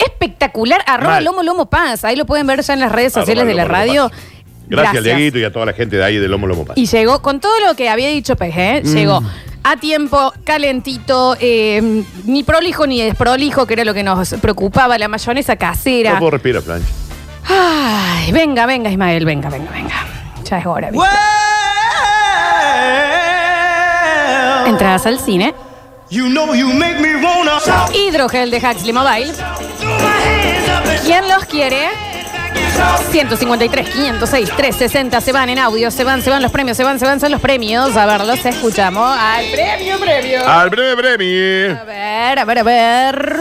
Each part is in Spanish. Espectacular. Arroba Mm. Mal. lomo lomo paz. Ahí lo pueden ver ya en las redes sociales Arroba de la Lomo Lomo radio. Paz. Gracias, Dieguito, y a toda la gente de ahí del Lomo Lomo Paz. Y llegó con todo lo que había dicho Peje, ¿eh? llegó a tiempo, calentito, eh, ni prolijo ni desprolijo, que era lo que nos preocupaba, la mayonesa No casera. puedo respirar, plancha. Ay, venga, venga, Ismael, venga, venga, venga. Ya es hora. ¿viste? Entradas al cine. You know you make me wanna shout. Hidrogel de Huxley Mobile. ¿Quién los quiere? 153, 506, 360 se van en audio, se van, se van los premios, se van, se van, son los premios. A verlos, escuchamos al premio, premio. Al breve premio. A ver, a ver, a ver.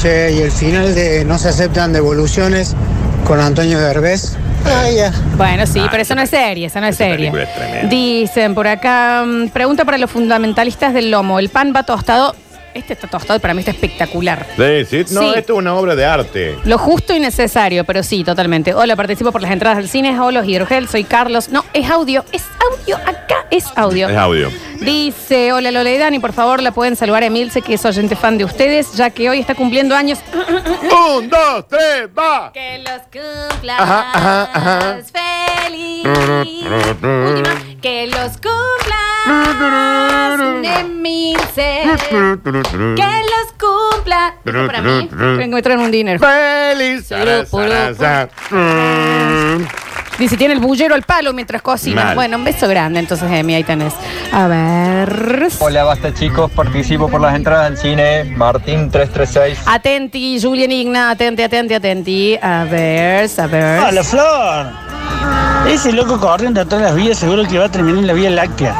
Che, y el final de No se aceptan devoluciones con Antonio Derbez. Ah, ya. Bueno, sí, Ah, pero eso no es serie, eso no es esa serie. película es tremenda. Dicen por acá, mm, pregunta para los fundamentalistas del lomo. El pan va tostado. Este está tostado, para mí está espectacular. Sí, sí. No, Sí. esto es una obra de arte. Lo justo y necesario, pero sí, totalmente. Hola, participo por las entradas del cine, hola, hidrogel, soy Carlos. No, es audio, es audio, acá es audio. Es audio. Dice, hola Lola y Dani, por favor la pueden saludar a Emilce, que es oyente fan de ustedes, ya que hoy está cumpliendo años. Un, dos, tres, va. Que los cumplas Ajá, ajá, ajá. feliz. Última. Que los cumplas un Emilce. Que los cumpla. Esto Para mí, creo que me traen un dinero. Feliz. Sara, sara, sara. Dice, tiene el bullero al palo mientras cocina. Mal. Bueno, un beso grande, entonces, Emi, ahí tenés. A ver. Hola, basta chicos, participo por las entradas al cine, Martín 336. Atenti, Julian Igna, atenti, atenti, atenti. A ver, a ver. Hola, Ah, Flor. Ese loco corriendo atrás de las vías seguro que va a terminar en la vía láctea.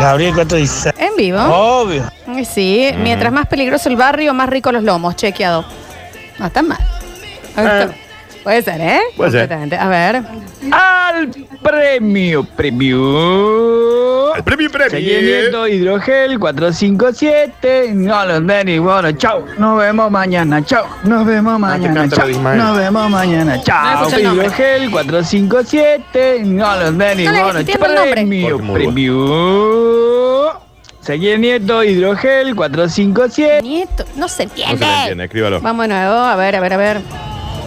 Gabriel 416. En vivo. Obvio. Sí, Mm. mientras más peligroso el barrio, más rico los lomos, chequeado. No está mal. No está mal. Puede ser, ¿eh? Ah. Puede ser. Completamente. A ver. Al premio, premio. El premio, premio. Seguimiento hidrogel 457. No los Denny, bueno, chao. Nos vemos mañana, chao. Nos vemos mañana, Ah, canta la chao. de Ismael. Nos vemos mañana, chao. escucho el nombre. hidrogel 457. No los Denny, No le bueno, dijiste el nombre. premio, Porque muy premio. Seguimiento hidrogel 457. Nieto, no se No entiende. se me entiende, escríbalo. Vamos de nuevo, a ver, a ver, a ver.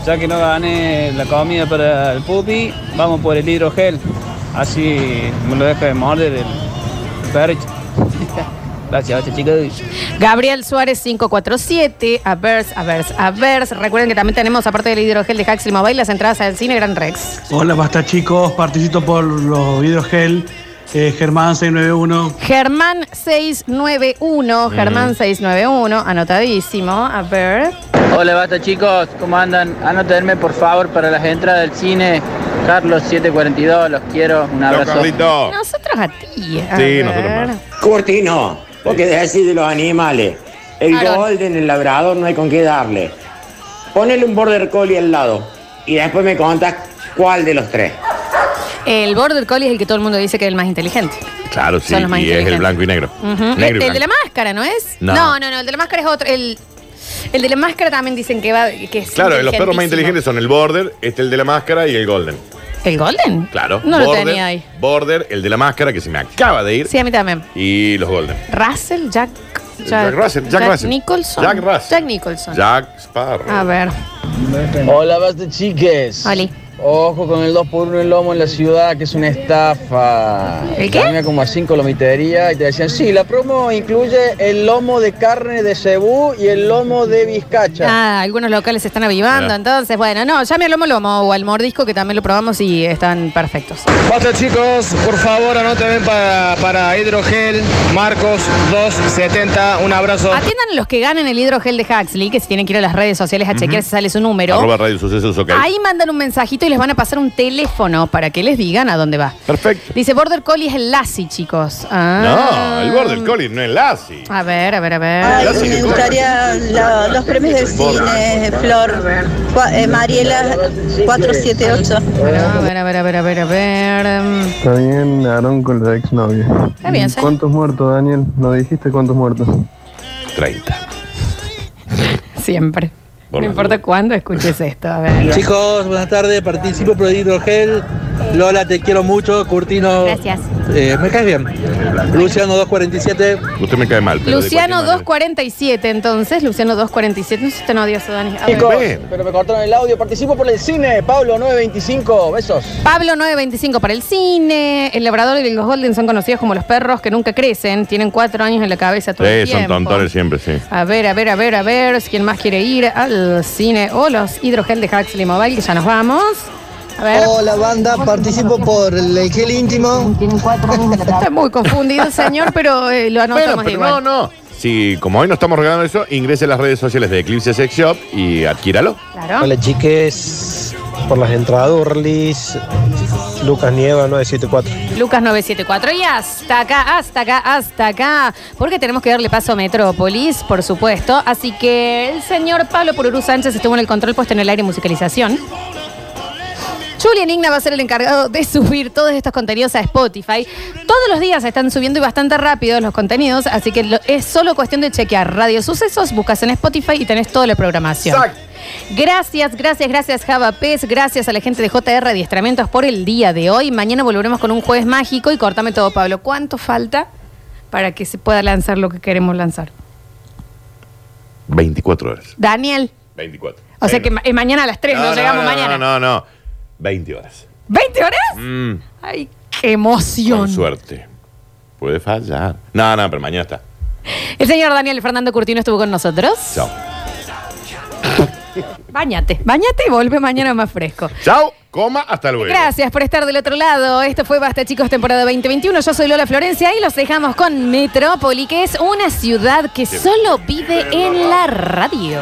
Ya que no gané la comida para el pupi, vamos por el hidrogel. Así me lo deja de morder el perro. Gracias, chicos. Gabriel Suárez 547, a ver, a ver, a ver. Recuerden que también tenemos, aparte del hidrogel de Huxley Mobile, las entradas al cine Gran Rex. Hola, basta chicos, participo por los hidrogel eh, Germán 691. Germán Mm. 691, Germán 691, anotadísimo, a ver. Hola, basta, chicos. ¿Cómo andan? Anotenme, por favor, para las entradas del cine. Carlos 742, los quiero. Un Chao, abrazo. Carlito. Nosotros a ti. a Sí, ver. nosotros más. Curtino, vos que decís de los animales. El Claro. Golden, el labrador, no hay con qué darle. Ponele un border collie al lado y después me contás cuál de los tres. El Border Collie es el que todo el mundo dice que es el más inteligente. Claro, sí. Son los más Y es el inteligentes. blanco y negro. Ujú. Este, Negro el, y el blanco. de la máscara, ¿no es? No. no, no, no, el de la máscara es otro. El, el de la máscara también dicen que va que es Claro, los perros más inteligentes inteligentísimo. son el border, este el de la máscara y el golden. ¿El Golden? Claro. No lo border, tenía ahí. Border, el de la máscara que se me acaba de ir. Sí, a mí también. Y los golden. Russell, Jack. Jack Russell, Jack Russell. Nicholson. Jack Russell. Jack Nicholson. Jack Sparrow. A ver. Hola, basta chiques. Ojo con el 2x1 en lomo en la ciudad, que es una estafa. ¿El qué? Camina como a 5 lomiterías y te decían, sí, la promo incluye el lomo de carne de cebú y el lomo de vizcacha. Ah, algunos locales se están avivando, Mirá. entonces, bueno, no, llame al lomo lomo o al mordisco que también lo probamos y están perfectos. Basta chicos, por favor anoten para, para Hidrogel, Marcos 270, un abrazo. Atiendan a los que ganen el hidrogel de Huxley, que si tienen que ir a las redes sociales a chequear si sale su número. Arroba Radio Sucesos, ok. Ahí mandan un mensajito y les van a pasar un teléfono para que les digan a dónde va. Perfecto. Dice Border Collie es el Lassie, chicos. Ah. No, el Border Collie no es Lassie. A ver, a ver, a ver. Ah, Ay, me gustaría la- los premios del cine, Flor, Cua- eh, Mariela 478. A ver, a ver, a ver, a ver, a ver. Mm. Está bien, Aarón con la exnovia. Está bien, sí. ¿Cuántos muertos, Daniel? ¿No dijiste cuántos muertos? 30. Siempre. Por no las importa cuándo escuches esto. A ver. Chicos, buenas tardes, participo por Hidrogel. Lola, te quiero mucho, Curtino. Gracias. eh, me caes bien. Luciano 247. Usted me cae mal. Luciano 247, entonces. Luciano 247. No sé si tan odioso, Dani. A ver. Chicos, pero me cortaron el audio. Participo por el cine. Pablo 925. Besos. Pablo 925 para el cine. El labrador y los golden son conocidos como los perros que nunca crecen. Tienen cuatro años en la cabeza todo el Sí, son tiempo. tontones siempre, sí. A ver, a ver, a ver, a ver. Si ¿Quién más quiere ir al cine? O los hidrogel de Huxley Mobile, que ya nos vamos. A ver. Oh, Hola banda, participo por el gel íntimo. Está muy confundido el señor, pero eh, lo anotamos Bueno, pero igual. no, no. Si, como hoy no estamos regalando eso, ingrese a las redes sociales de Eclipse Sex Shop y adquíralo. Claro. Hola chiques, por las entradas Urlis, Lucas Nieva 974. Lucas 974. Y hasta acá, hasta acá, hasta acá. Porque tenemos que darle paso a Metrópolis, por supuesto. Así que el señor Pablo Pururú Sánchez estuvo en el control puesto en el aire y musicalización. Julian Igna va a ser el encargado de subir todos estos contenidos a Spotify. Todos los días se están subiendo y bastante rápido los contenidos, así que lo- es solo cuestión de chequear Radio Sucesos, buscas en Spotify y tenés toda la programación. Gracias, gracias, gracias Java Pez, gracias a la gente de JR Adiestramientos por el día de hoy. Mañana volveremos con un jueves mágico y cortame todo, Pablo. ¿Cuánto falta para que se pueda lanzar lo que queremos lanzar? 24 horas. Daniel, 24. o sea que ma- es mañana a las 3, no, llegamos mañana. No, no, no. 20 horas. ¿20 horas? Mm, ¡Ay, qué emoción! con suerte. Puede fallar. No, no, pero mañana está. El señor Daniel Fernando Curtino estuvo con nosotros. Chao. Bañate, bañate y vuelve mañana más fresco. Chao, coma, hasta luego. Gracias por estar del otro lado. Esto fue Basta Chicos, temporada 2021. Yo soy Lola Florencia y los dejamos con Metrópoli, que es una ciudad que solo vive en la radio.